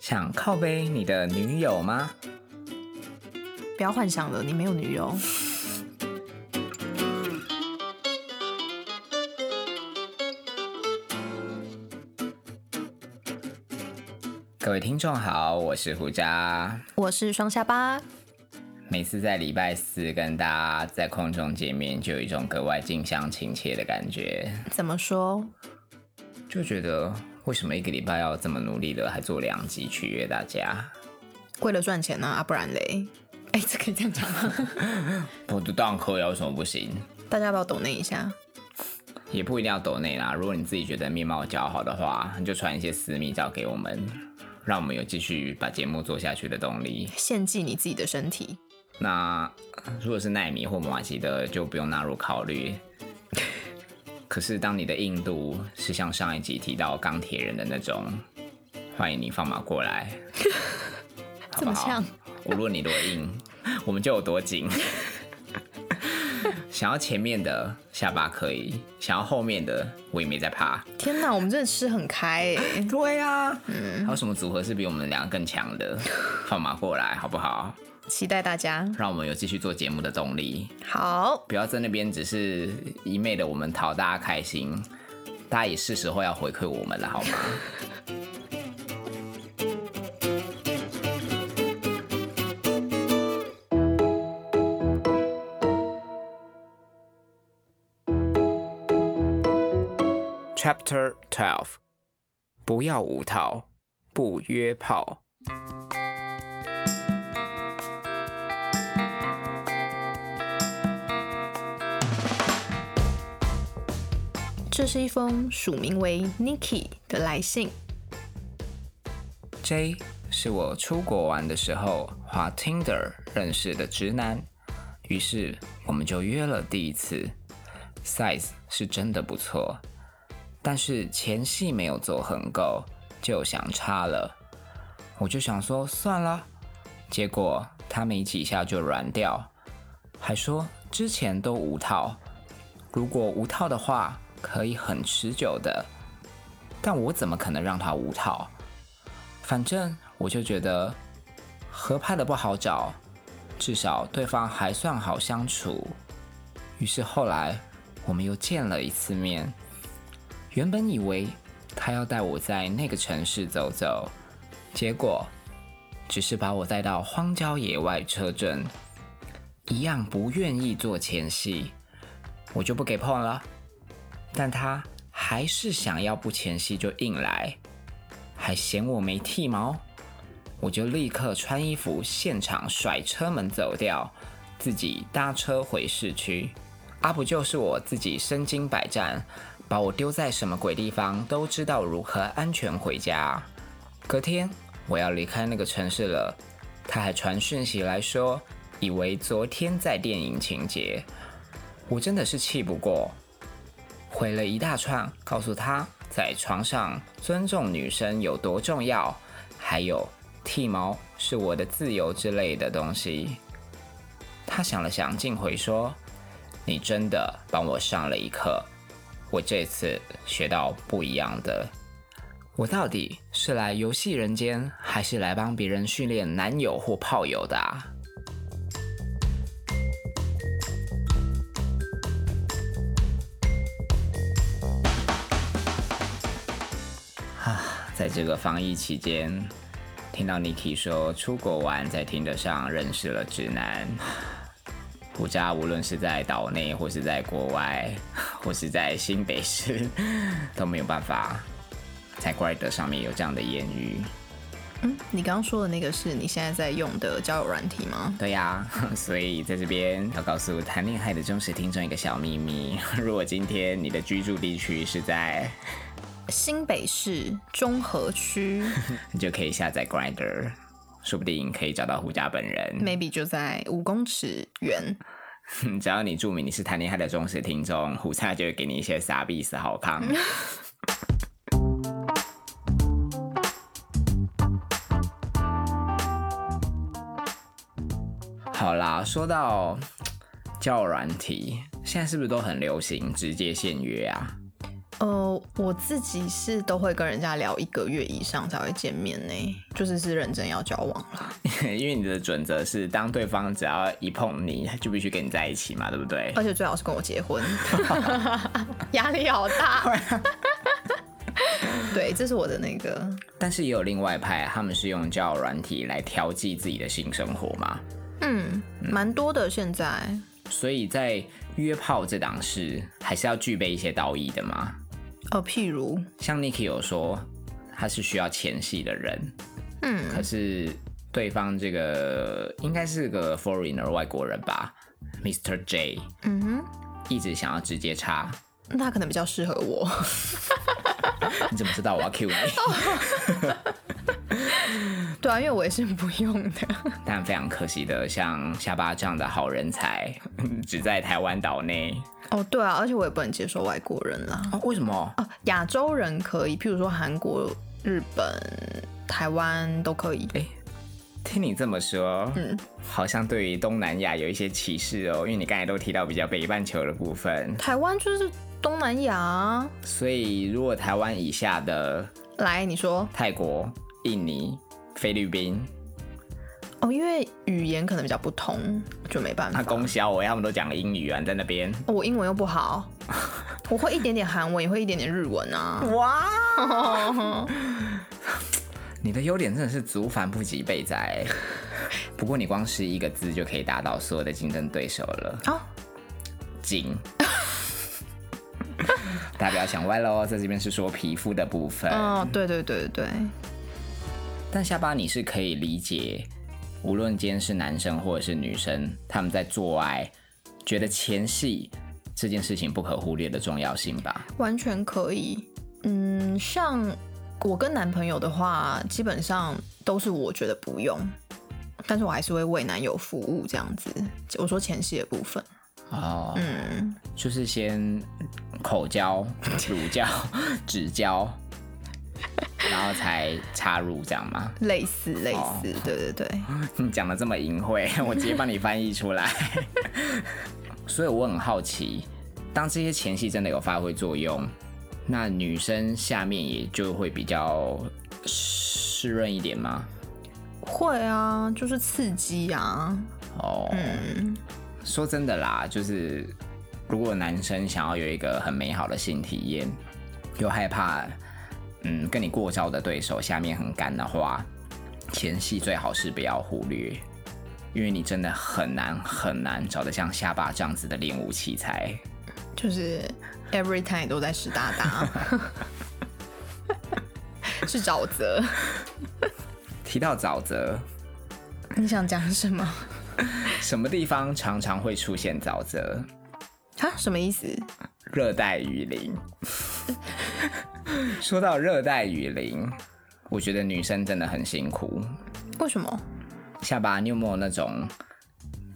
想靠背你的女友吗？不要幻想了，你没有女友。各位听众好，我是胡渣。我是双下巴，每次在礼拜四跟大家在空中见面，就有一种格外近乡情怯的感觉，怎么说？就觉得为什么一个礼拜要这么努力的，还做两集取悦大家？为了赚钱呢、啊，不然嘞？ 哎，这可以这样讲吗？不当科有什么不行？ 大家要不要抖那一下？也不一定要抖内啦。如果你自己觉得面貌姣好的话，你就传一些私密照给我们，让我们有继续把节目做下去的动力。献祭你自己的身体，那如果是奈米或马吉的，就不用纳入考虑。 可是当你的硬度是像上一集提到钢铁人的那种，欢迎你放马过来，好这不么好呛？无论你多硬， 我们就有多紧。 想要前面的下巴可以，想要后面的我也没在怕。。天哪，我们真的吃很开哎 对啊，还有什么组合是比我们两个更强的？放马过来好不好？期待大家。让我们有继续做节目的动力。好，不要在那边只是一昧的我们讨大家开心，大家也是时候要回馈我们了，好吗？Chapter Twelve，不要五套，不约炮。这是一封署名为 Nikki 的来信。 J 是我出国玩的时候滑 Tinder 认识的直男，于是我们就约了第一次。Size 是真的不错，但是前戏没有做很够，就想插了。我就想说算了，结果他没几下就软掉，还说之前都无套，如果无套的话可以很持久的。但我怎么可能让他无套？反正我就觉得合拍的不好找，至少对方还算好相处。于是后来我们又见了一次面，原本以为他要带我在那个城市走走，结果只是把我带到荒郊野外车震，一样不愿意做前戏，我就不给碰了。但他还是想要不前戏就硬来。还嫌我没剃毛，我就立刻穿衣服，现场甩车门走掉，自己搭车回市区。啊，不就是我自己身经百战，把我丢在什么鬼地方都知道如何安全回家。隔天我要离开那个城市了，他还传讯息来说，以为昨天在电影情节，我真的是气不过，回了一大串，告诉他在床上尊重女生有多重要，还有剃毛是我的自由之类的东西。他想了想，竟回说：“你真的帮我上了一课，我这次学到不一样的。我到底是来游戏人间，还是来帮别人训练男友或炮友的啊？”在这个防疫期间，听到 Niki 说出国玩在听得上认识了直男， 胡渣无论是在岛内或是在国外， 或是在新北市，都没有办法在 Grinder 上面有这样的言语。嗯，你刚刚说的那个是你现在在用的交友软体吗？对呀、 所以在这边要告诉谈恋爱的忠实听众一个小秘密： 如果今天你的居住地区是在，新北市中和 区你就可以下载 Grinder，说不定可以找到胡渣本人。 ，maybe 就在五公尺远。 只要你注明你是谈恋爱的忠实听众，虎菜就会给你一些傻逼死好康。 好啦，说到交友软体，现在是不是都很流行直接现约啊？ 嗯、呃，我自己是都会跟人家聊一个月以上才会见面呢，就是是认真要交往啦。因为你的准则是，当对方只要一碰你，就必须跟你在一起嘛，对不对？而且最好是跟我结婚，压力好大。对，这是我的那个，但是也有另外一派，他们是用交友软体来调剂自己的性生活嘛。嗯，蛮多的。现在所以在约炮这档事，还是要具备一些道义的嘛。呃，譬如，像 Niki 有说，他是需要前戏的人，嗯，可是对方这个应该是个 foreigner 外国人吧，Mr. J 嗯哼，一直想要直接插，那可能比较适合我。你怎么知道我要 cue 你？对啊，因为我也是不用的。但非常可惜的，像下巴这样的好人才， 只在台湾岛内。哦，对啊，而且我也不能接受外国人啦。哦，为什么？哦，亚洲人可以，譬如说韩国、日本、台湾都可以。听你这么说，嗯，好像对于东南亚有一些歧视哦，因为你刚才都提到比较北半球的部分，台湾就是东南亚啊。所以如果台湾以下的来，你说泰国、印尼、菲律宾，哦，因为语言可能比较不同，就没办那法。供销我他们都讲英语啊，你在那边。哦我英文又不好，我会一点点韩文，也会一点点日文啊。哇！ 你的优点真的是足反不及备载，不过你光是一个字就可以打倒所有的竞争对手了。哦，紧。大家不要想歪喽，在这边是说皮肤的部分，哦，对对对对对，但下巴你是可以理解，无论今天是男生或者是女生，他们在做爱，觉得前戏这件事情不可忽略的重要性吧？完全可以。嗯，像我跟男朋友的话，基本上都是我觉得不用，但是我还是会为男友服务这样子。我说前戏的部分，哦，嗯，就是先口交、 乳交、指交， 然后才插入这样吗？ 类似类似，哦对对对，你讲的这么淫秽， 我直接帮你翻译出来。 所以我很好奇，当这些前戏真的有发挥作用，那女生下面也就会比较湿润一点吗？会啊，就是刺激啊，哦，嗯，说真的啦，就是如果男生想要有一个很美好的性体验，又害怕嗯跟你过招的对手下面很干的话，前戏最好是不要忽略，因为你真的很难很难找得像下巴这样子的练武器材。就是 every time 都在湿哒哒，是沼泽。提到沼泽，你想讲什么什么地方常常会出现沼泽？啊？什么意思？热带雨林。 说到热带雨林，我觉得女生真的很辛苦。为什么？下巴，你有没有那种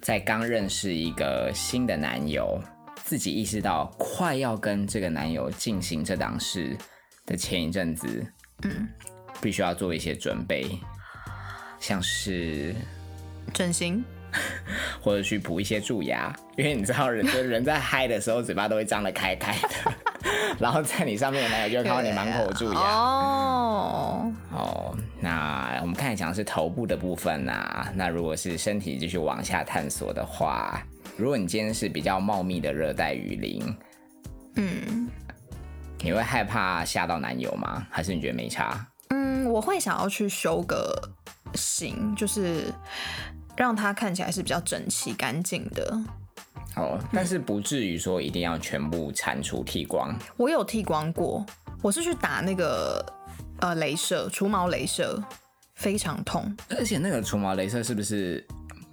在刚认识一个新的男友，自己意识到快要跟这个男友进行这档事的前一阵子，嗯，必须要做一些准备，像是整形？或者去补一些蛀牙， 因为你知道人，就人在嗨的时候，嘴巴都会张得开开的， 然后在你上面的男友就会看到你满口蛀牙。哦，哦，那我们刚才讲的是头部的部分呐、那如果是身体继续往下探索的话，如果你今天是比较茂密的热带雨林，嗯你会害怕吓到男友吗？还是你觉得没差？嗯，我会想要去修个形，就是让它看起来是比较整齐干净的。哦，但是不至于说一定要全部铲除剃光。我有剃光过，我是去打那个呃镭射，除毛镭射，非常痛，而且那个除毛镭射是不是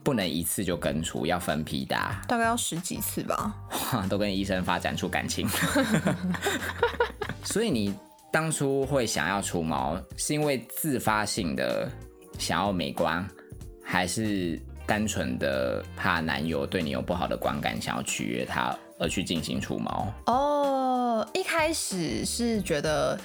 不能一次就根除，要分批打？ 大概要十几次吧。哇，都跟医生发展出感情。 所以你当初会想要除毛，是因为自发性的想要美观，还是单纯的怕男友对你有不好的观感，想要取悦他而去进行除毛？哦，一开始是觉得，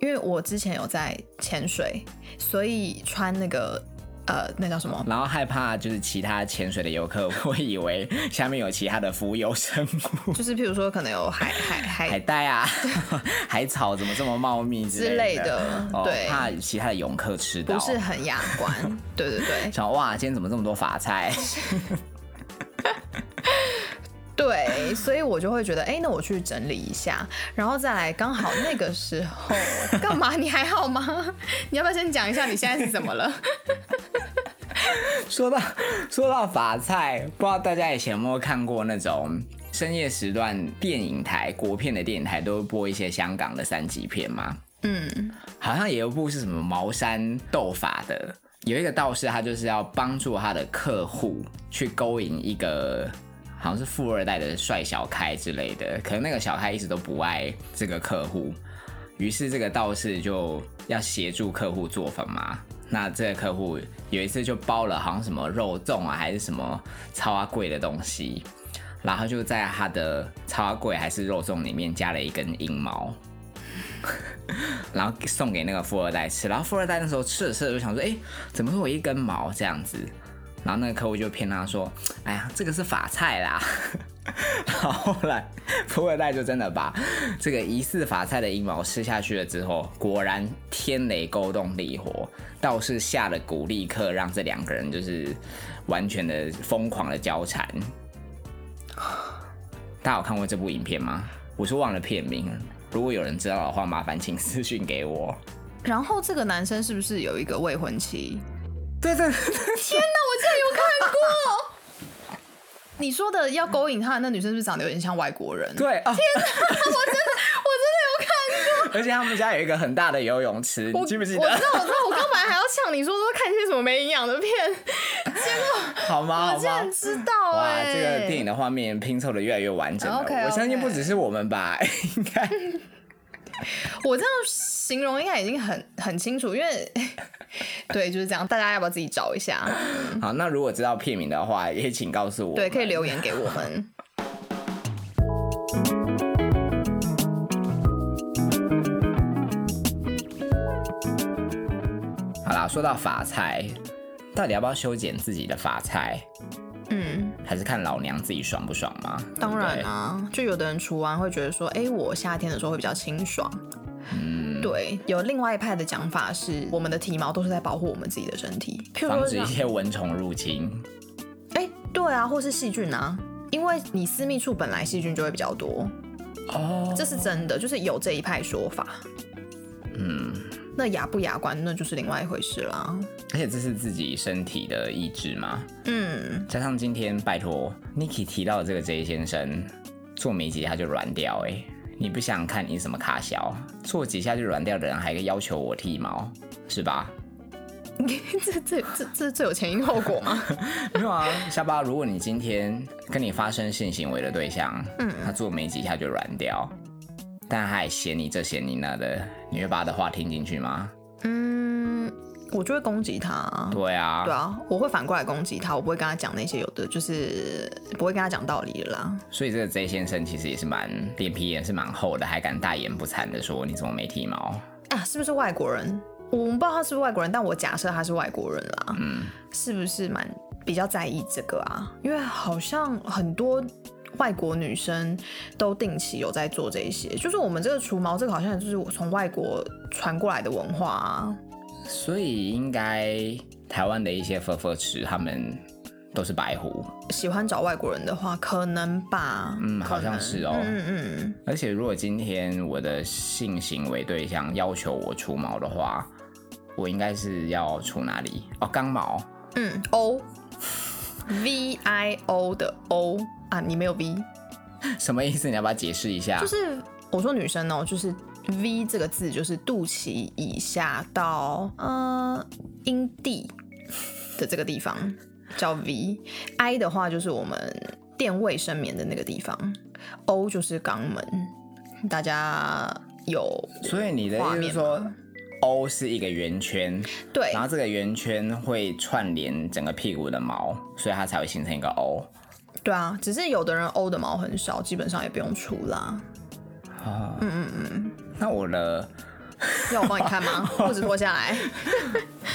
因为我之前有在潜水，所以穿那个呃，那叫什么？然后害怕就是其他潜水的游客会以为下面有其他的浮游生物，就是譬如说可能有海海海海带啊、 海草怎么这么茂密之类类的，哦对，怕其他的游客吃到。不是很雅观。对对对想哇，今天怎么这么多法菜？对，所以我就会觉得，哎、那我去整理一下，然后再来。刚好那个时候干嘛？你还好吗？ 你要不要先讲一下你现在是怎么了？ 说到说到法菜，不知道大家以前有没有看过那种深夜时段电影台国片的电影台都会播一些香港的三级片吗？嗯，好像也有一部是什么茅山斗法的，有一个道士他就是要帮助他的客户去勾引一个。好像是富二代的帅小开之类的，可能那个小开一直都不爱这个客户，于是这个道士就要协助客户做法嘛。那这个客户有一次就包了好像什么肉粽啊，还是什么超啊贵的东西，然后就在他的超啊贵还是肉粽里面加了一根阴毛，然后送给那个富二代吃。然后富二代那时候吃着吃着就想说，哎，怎么会有一根毛这样子？然后那个客户就骗他说，哎呀，这个是法菜啦。 然后后来富二代就真的把这个疑似法菜的阴毛吃下去了之后，果然天雷勾动地火，道士下了蛊立刻让这两个人就是完全的疯狂的交缠。大家有看过这部影片吗？我是忘了片名了，如果有人知道的话，麻烦请私讯给我。然后这个男生是不是有一个未婚妻？对对天哪，我竟然有看过！你说的要勾引他的那女生是不是长得有点像外国人？对啊！我真的，我真的有 看而且他们家有一个很大的游泳池，我你记不记我知得？道，我知道，我刚本来还要呛你说说看一些什么没营养的片， 好吗？我好竟吗然？知道哇，哎、这个电影的画面拼凑的越来越完整了。 OK，OK 我相信不只是我们吧， 应该我这样形容应该已经很很清楚，因为 对就是这样，大家要不要自己找 一下？好。那如果知道片名的话，也请告诉我。对，可以。留言给我们。好啦，说到法菜，到底要不要修剪自己的法菜，嗯，还是看老娘自己爽不爽嘛？对不当然对啊，就有的人除完会觉得说，哎、我夏天的时候会比较清爽。嗯，对，有另外一派的讲法是，我们的体毛都是在保护我们自己的身体，譬如防说止一像些蚊虫入侵。哎、对啊，或是细菌啊，因为你私密处本来细菌就会比较多，哦，这是真的，就是有这一派说法。嗯，那雅不雅观，那就是另外一回事啦。而且这是自己身体的意志嘛。嗯， 加上今天拜托 Niki 提到的这个 J 先生，做没几下就软掉哎、你不想看你什么卡小，做几下就软掉的人还要求我剃毛，是 吧？这这这这这有前因后果吗？ 没有啊，下巴，如果你今天跟你发生性行为的对象，嗯，他做没几下就软掉，但他还嫌你这嫌你那的，你会把他的话听进去吗？嗯，我就会攻击他啊。对啊，对啊，我会反过来攻击他，我不会跟他讲那些有的，就是不会跟他讲道理了啦。所以这个 J 先生其实也是蛮脸皮也是蛮厚的，还敢大言不惭的说你怎么没剃毛？啊，是不是外国人？我们不知道他是不是外国人，但我假设他是外国人啦。嗯，是不是蛮比较在意这个啊？因为好像很多外国女生都定期有在做这一些，就是我们这个除毛这个好像就是我从外国传过来的文化啊。所以应该台湾的一些佛佛池，他们都是白狐，喜欢找外国人的话，可能吧，嗯，可好像能是哦。嗯嗯而且如果今天我的性行为对象要求我除毛的话，我应该是要除哪里？哦，刚毛。嗯，O V I O 的 O 啊，你没有 V，什么意思？你要不要解释一下？就是我说女生哦，就是 V 这个字，就是肚脐以下到呃阴蒂的这个地方叫 V，I 的话就是我们垫卫生棉的那个地方，O 就是肛门，大家有所以你的意思是画说面吗哎，O 是一个圆圈，对然后这个圆圈会串联整个屁股的毛，所以它才会形成一个 O。对啊，只是有的人 O 的毛很少，基本上也不用除啦。那我的 要我帮你看吗？裤子脱下来，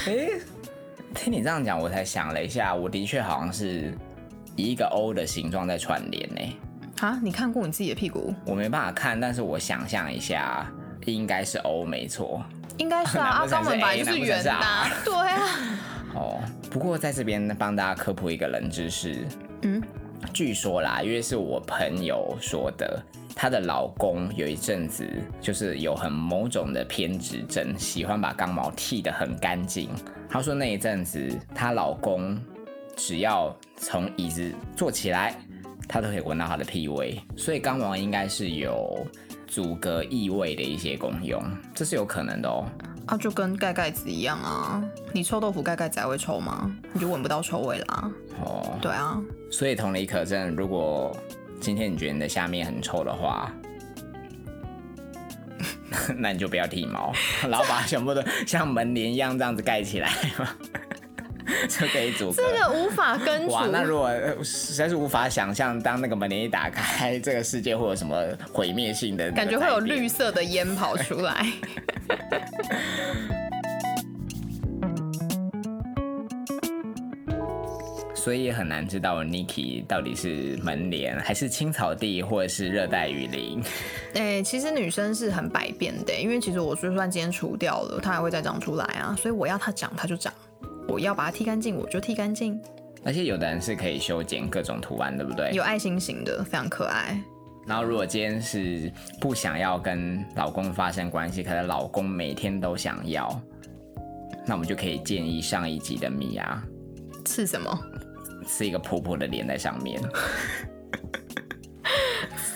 诶，听你这样讲，我才想了一下，我的确好像是以一个 O 的形状在串联呢、 啊，你看过你自己的屁股？我没办法看，但是我想象一下，应该是 O 没错。应该是啊，难阿不成肛是门本来 A，就是难不成是圆的、啊 R，对啊。哦，不过在这边帮大家科普一个冷知识，嗯，据说啦，因为是我朋友说的，她的老公有一阵子就是有很某种的偏执症，喜欢把刚毛剃得很干净。她说那一阵子，她老公只要从椅子坐起来，她都可以闻到她的屁味，所以刚毛应该是有阻隔异味的一些功用，这是有可能的哦。啊，就跟盖盖子一样啊，你臭豆腐盖盖子还会臭吗？你就闻不到臭味啦。哦，对啊，所以同理可证，如果今天你觉得你的下面很臭的话， 那你就不要剃毛，然后把它全部都像门帘一样这样子盖起来嘛， 就可以阻隔。这个无法根 除哇，。那如果呃实在是无法想象，当那个门帘一打开，这个世界会有什么毁灭性的那个感觉会有改变绿色的 烟跑出来。所以也很难知道 Niki 到底是门帘还是青草地或者是热带雨林。哎、其实女生是很百变的、欸因为其实我就算今天除掉了，它还会再长出来啊。所以我要它长，它就长；我要把它剃干净，我就剃干净。而且有的人是可以修剪各种图案，对不对？有爱心型的，非常可爱。然后，如果今天是不想要跟老公发生关系，可是老公每天都想要，那我们就可以建议上一集的米娅是什么？ 吃一个婆婆的脸在上面。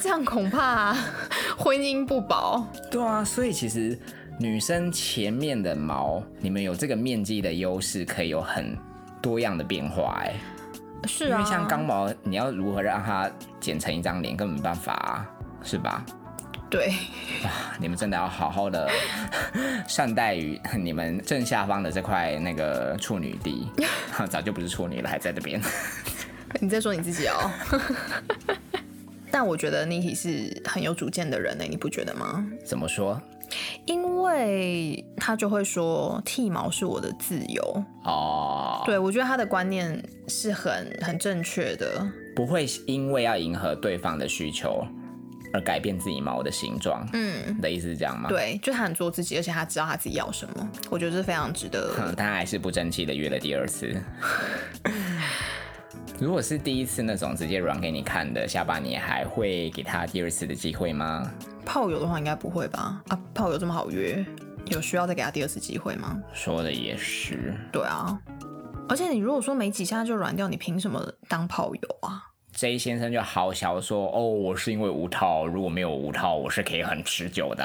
这样恐怕、 婚姻不保。 对啊，所以其实女生前面的毛，你们有这个面积的优势，可以有很多样的变化哎、是因啊，为像刚毛，你要如何让它剪成一张脸，根本没办法、啊，是吧？啊对，你们真的要好好的 善待于 你们正下方的这块那个处女地， 早就不是处女了，还在这边。你在说你自己哦。 但我觉得 Niki 是很有主见的人呢、欸你不觉得吗？怎么说？因为他就会说剃毛是我的自由，哦，对我觉得他的观念是很很正确的。不会因为要迎合对方的需求而改变自己毛的形状。嗯，你的意思是这样吗？。对，就他很做自己，而且他知道他自己要什么，我觉得这非常值得。嗯，他还是不争气的约了第二次。 如果是第一次那种直接软给你看的，下巴你还会给他第二次的机会吗？炮友的话应该不会吧？啊，炮友这么好约，有需要再给他第二次机会吗？说的也是，对啊，而且你如果说没几下就软掉，你凭什么当炮友啊？ J 先生就豪笑说：“哦，我是因为无套，如果没有无套，我是可以很持久的。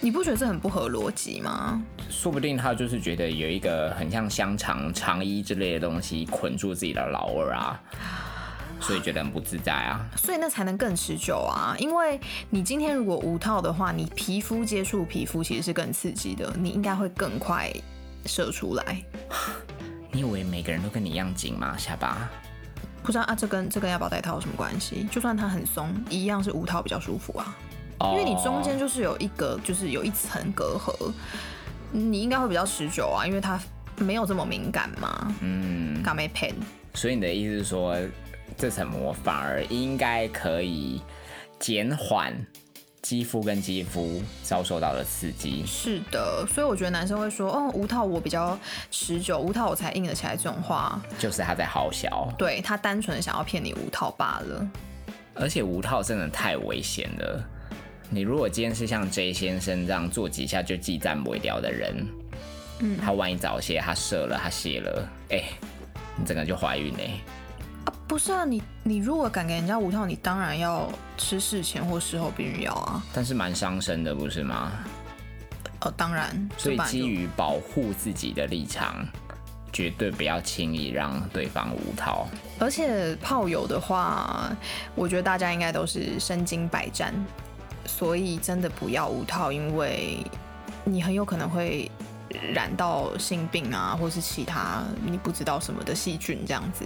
你不觉得这很不合逻辑吗？说不定他就是觉得有一个很像香肠、肠衣之类的东西捆住自己的老二啊，所以觉得很不自在啊。所以那才能更持久啊！因为你今天如果无套的话，你皮肤接触皮肤其实是更刺激的，你应该会更快射出来。你以为每个人都跟你一样紧吗？下巴？不知道啊，这跟这跟要不要戴套有什么关系？就算它很松，一样是无套比较舒服啊，哦因为你中间就是有一个，就是有一层隔阂，你应该会比较持久啊，因为它没有这么敏感嘛。嗯，嘎妹 pen，所以你的意思是说，这层膜反而应该可以减缓肌肤跟肌肤遭受到的刺激。是的，所以我觉得男生会说，哦，无套我比较持久，无套我才硬得起来这种话，就是他在好笑。对他单纯地想要骗你无套罢了。而且无套真的太危险了。你如果今天是像 J 先生这样做几下就记站不会掉的人，嗯他万一早泄，他射了，他泄了，哎、你整个就怀孕欸嘞、不是啊，你你如果敢给人家无套，你当然要吃事前或事后避孕药啊。但是蛮伤身的，不是吗？哦，当然，所以这本来就基于保护自己的立场，绝对不要轻易让对方无套。而且炮友的话，我觉得大家应该都是身经百战，所以真的不要无套，因为你很有可能会染到性病啊，或是其他你不知道什么的细菌这样子。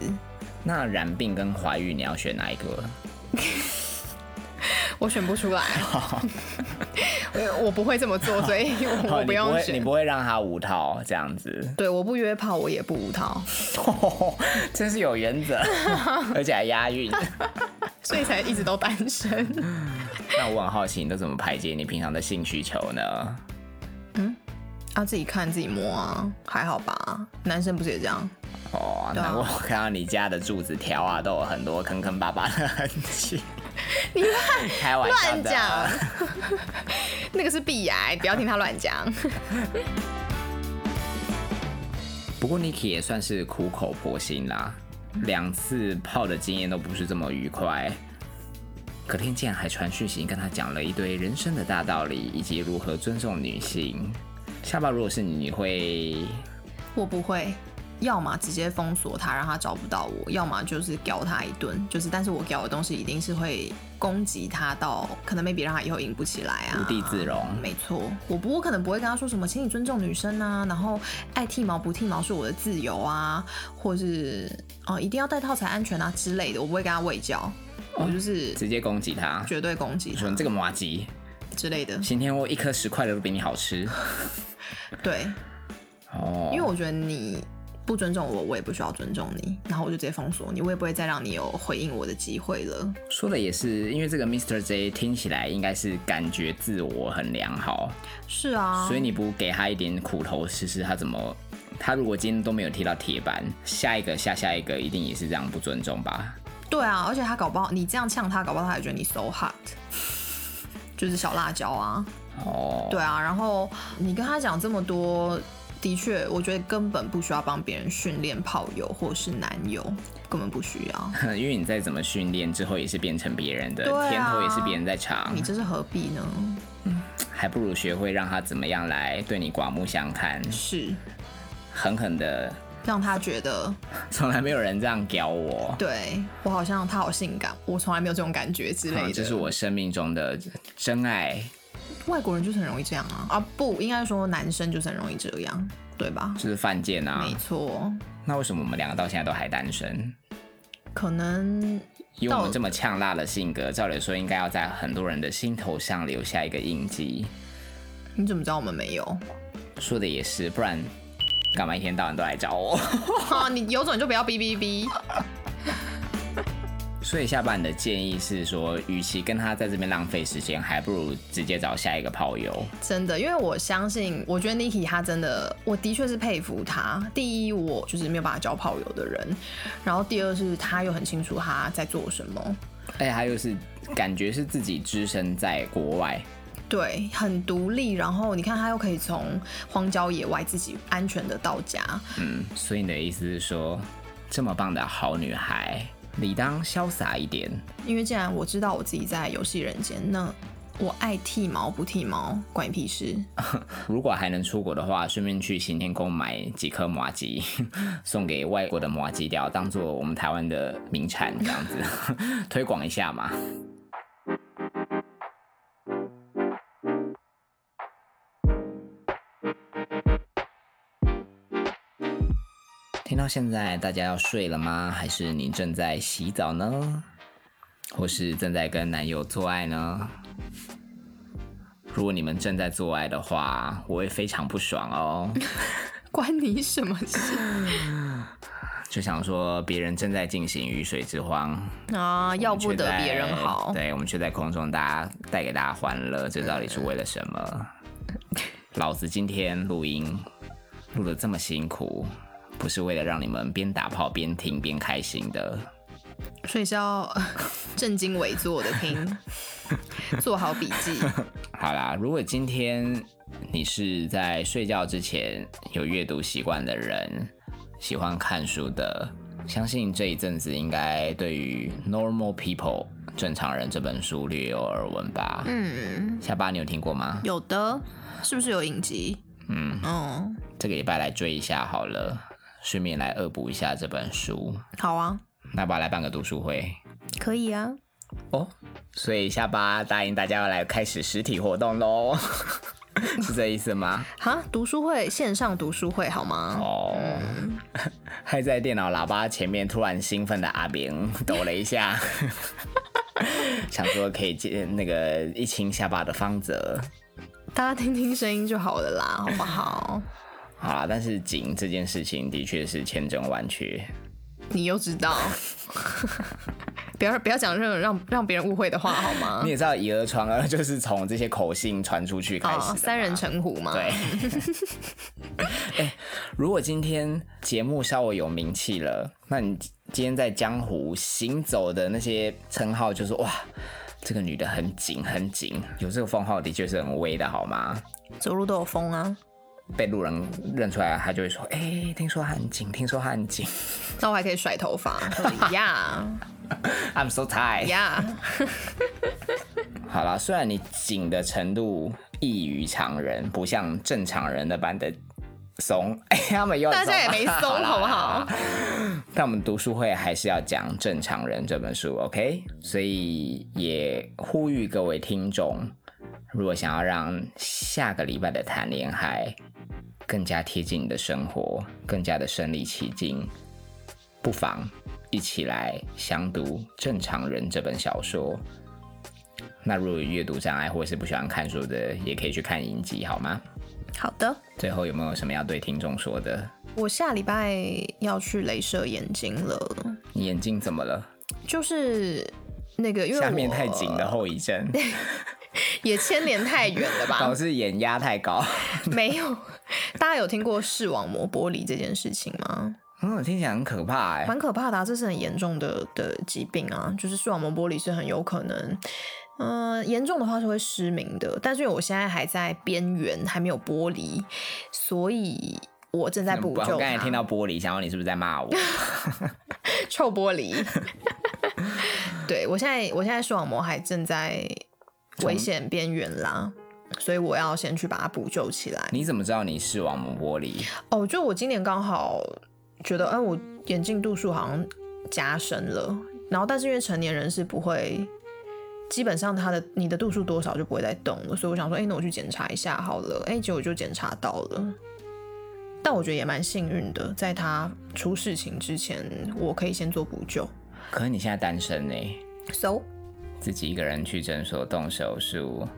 那染病跟怀孕你要选哪一个？我选不出 来，我我不会这么做，所以我我哦你用不会，你选。不会让他无套这样子， 对，我不约炮，我也不无套，真是有原 则，而且还押韵。所以才一直都单身。 那我很好奇，你都怎么排解你平常的性需求呢？ 啊，自己看自己摸啊，还好吧？男生不是也这样？哦，对啊那我看到你家的柱子条啊，都有很多坑坑巴巴的痕迹。 你开玩笑乱的。讲， 那个是必癌，不要听他乱讲。不过 Niki 也算是苦口婆心啦，两次泡的经验都不是这么愉快。隔天竟然还传讯息跟他讲了一堆人生的大道理，以及如何尊重女性。下巴，如果是你，你会 我不会，要么直接封锁他，让他找不到我；要么就是屌他一顿，就是但是我屌的东西一定是会攻击他到，可能 maybe 让他以后硬不起来啊。无地自容？没错，我不我可能不会跟他说什么，请你尊重女生啊，然后爱剃毛不剃毛是我的自由啊，或是哦、一定要戴套才安全啊之类的，我不会跟他喂教，我就是直接攻击他，绝对攻击说他哦你这个哦麻吉，之类的。今天我一颗十块的都比你好吃。对，哦，因为我觉得你不尊重我，我也不需要尊重你，然后我就直接封锁你，我也不会再让你有回应我的机会了。说的也是，因为这个 Mr. J 听起来应该是感觉自我很良好，是啊，所以你不给他一点苦头试试，他怎么？他如果今天都没有踢到铁板，下一个下下一个一定也是这样不尊重吧？对啊，而且他搞不好你这样呛他，搞不好他还觉得你 so hot，就是小辣椒啊。哦，对啊，然后你跟他讲这么多，的确，我觉得根本不需要帮别人训练炮友或是男友，根本不需要。 因为你再怎么训练，之后也是变成别人的，对啊甜头也是别人在尝你，这是何必呢？还不如学会让他怎么样来对你刮目相看，是狠狠的，让他觉得从来没有人这样屌我。对我好像他好性感，我从来没有这种感觉之类的。嗯这是我生命中的真爱，外国人就是很容易这样啊啊不应该说男生就是很容易这样，对吧？就是犯贱啊没！错，那为什么我们两个到现在都还单身？可能以我到们这么呛辣的性格，照理说应该要在很多人的心头上留下一个印记。你怎么知道我们没有？ 说的也是，不然干嘛一天到晚都来找我？ 啊，你有种你就不要哔哔哔。所以下半的建议是说，与其跟他在这边浪费时间，还不如直接找下一个炮友。真的，因为我相信，我觉得 Niki 他真的，我的确是佩服他。第一，我就是没有办法交炮友的人，然后第二是他又很清楚他在做什么。而且他又是感觉是自己置身在国外，对，很独立，然后你看他又可以从荒郊野外自己安全的到家，嗯，所以你的意思是说，这么棒的好女孩，理当潇洒一点。因为既然我知道我自己在游戏人间，那我爱剃毛不剃毛关你屁事。如果还能出国的话，顺便去行天宫买几颗麻吉， 送给外国的麻吉料，当做我们台湾的名产这样子 推广一下嘛。听到现在，大家要睡了吗？还是你正在洗澡呢？或是正在跟男友做爱呢？如果你们正在做爱的话，我会非常不爽 哦。关你什么事就想说别人正在进行鱼水之欢，啊？要 不得我们却在别人好，对，我们却在空中大家带给大家欢乐，这到底是为了什 么？老子今天录音录的这么辛苦，不是为了让你们边打炮边听边开心的。所以是要呃正襟危坐的听，做好笔记。好啦，如果今天你是在睡觉之前有阅读习惯的人，喜欢看书的，相信这一阵子应该对于《Normal People》正常人这本书略有耳闻吧？嗯，下巴你有听过吗？有的，是不是有影集？嗯，嗯，这个礼拜来追一下好了，顺便来恶补一下这本书。好啊，那巴来办个读书会可以啊。哦，所以下巴答应大家要来开始实体活动喽。 是这意思吗？哈，读书会线上读书会好吗？哦，嗯 还在电脑喇叭前面突然兴奋的阿明抖了一下， 想说可以接那个一亲下巴的方泽。大家听听声音就好了 啦，好不好？好啦，但是紧这件事情的确是千真万确。你又知道， 不要不要讲任何让让别人误会的话好吗你？也知道，以讹传讹就是从这些口信传出去开始的嘛、哦，三人成虎嘛。对。哎、 哎如果今天节目稍微有名气了，那你今天在江湖行走的那些称号，就是哇，这个女的很紧很紧，有这个封号的确是很威的，好吗？走路都有风啊。被路人认出来，他就会说：“哎、听说她很紧，听说她很紧。那我还可以甩头 发，呀 I'm so tired。哎呀，好啦，虽然你紧的程度异于常人，不像正常人那般的松，哎、他们又大家也没 松，好不好？但我们读书会还是要讲《正常人》这本书，OK？所以也呼吁各位听众，如果想要让下个礼拜的谈恋爱更加贴近你的生活，更加的身临其境，不妨一起来详读《正常人》这本小说。那如果有阅读障碍或是不喜欢看书的，也可以去看影集，好吗？好的，最后有没有什么要对听众说的？我下礼拜要去镭射眼睛了，你眼睛怎么了？就是那个，因为下面我呃太紧的后遗症。也牵连太远 了吧导？致眼压太高。没有，大家有听过视网膜剥离这件事情吗？ 嗯，听起来很可怕哎、蛮可怕的、啊，这是很严重的的疾病啊，就是视网膜剥离是很有可能，嗯、严重的话是会失明的。但是因为我现在还在边缘，还没有剥离，所以我正在我补救它。刚才听到玻璃，想问你是不是在骂 我？臭玻璃。 对我现在，我现在视网膜还正在危险边缘啦，所以我要先去把它补救起来。你怎么知道你视网膜玻璃？哦，就我今年刚好觉得，哎、我眼镜度数好像加深了，然后但是因为成年人是不会。基本上他的你的度数多少就不会再动了，所以我想说，哎、那我去检查一下好了，哎、结果就检查到了，但我觉得也蛮幸运的，在他出事情之前，我可以先做补救。可是你现在单身呢、欸 So 自己一个人去诊所动手术，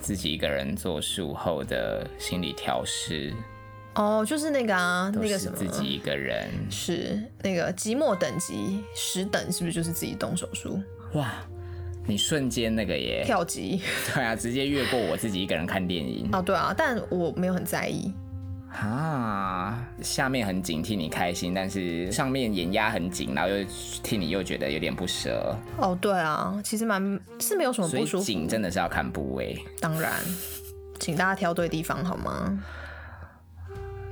自己一个人做术后的心理调试，哦，就是那个啊，都那个是什么，自己一个人。是那个即墨等级十等，是不是就是自己动手术哇，你瞬间那个耶，跳级？对啊，直接越过我自己一个人看电影哦，对啊，但我没有很在意。啊。下面很紧，替你开心，但是上面眼压很紧，然后又替你又觉得有点不舍。哦，对啊，其实蛮是没有什么所不以舒服。紧真的是要看部位。当然，请大家挑对地方好吗？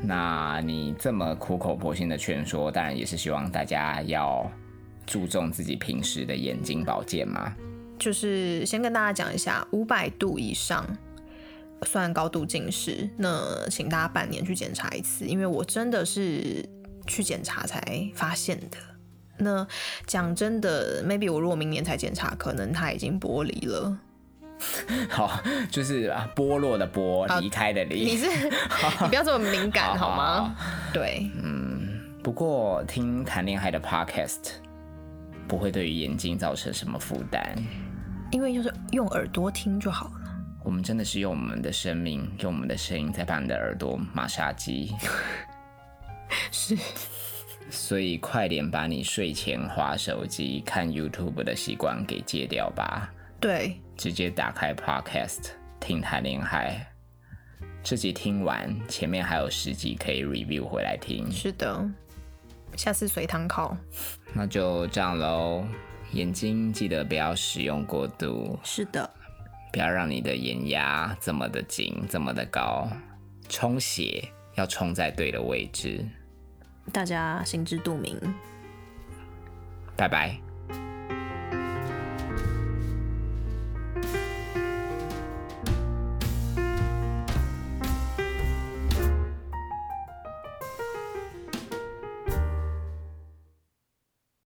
那你这么苦口婆心的劝说，当然也是希望大家要注重自己平时的眼睛保健嘛。就是先跟大家讲一下，五百度以上算高度近视，那请大家半年去检查一次，因为我真的是去检查才发现的。那讲真的，maybe 我如果明年才检查，可能它已经剥离了。好，就是啊，剥落的剥，离开的你离。 是你不要这么敏感好吗？对，不过听谈恋爱的 podcast 不会对于眼睛造成什么负担。因为就是用耳朵听就好了。我们真的是用我们的生命，用我们的声音在把你的耳朵马杀鸡。是，所以快点把你睡前划手机、看 YouTube 的习惯给戒掉吧。对，直接打开 Podcast 听谈恋爱。这集听完，前面还有十集可以 review 回来听，是的。下次随堂考。那就这样喽。眼睛记得不要使用过度，是的，不要让你的眼压这么的紧，这么的高。充血要充在对的位置。大家心知肚明。拜拜。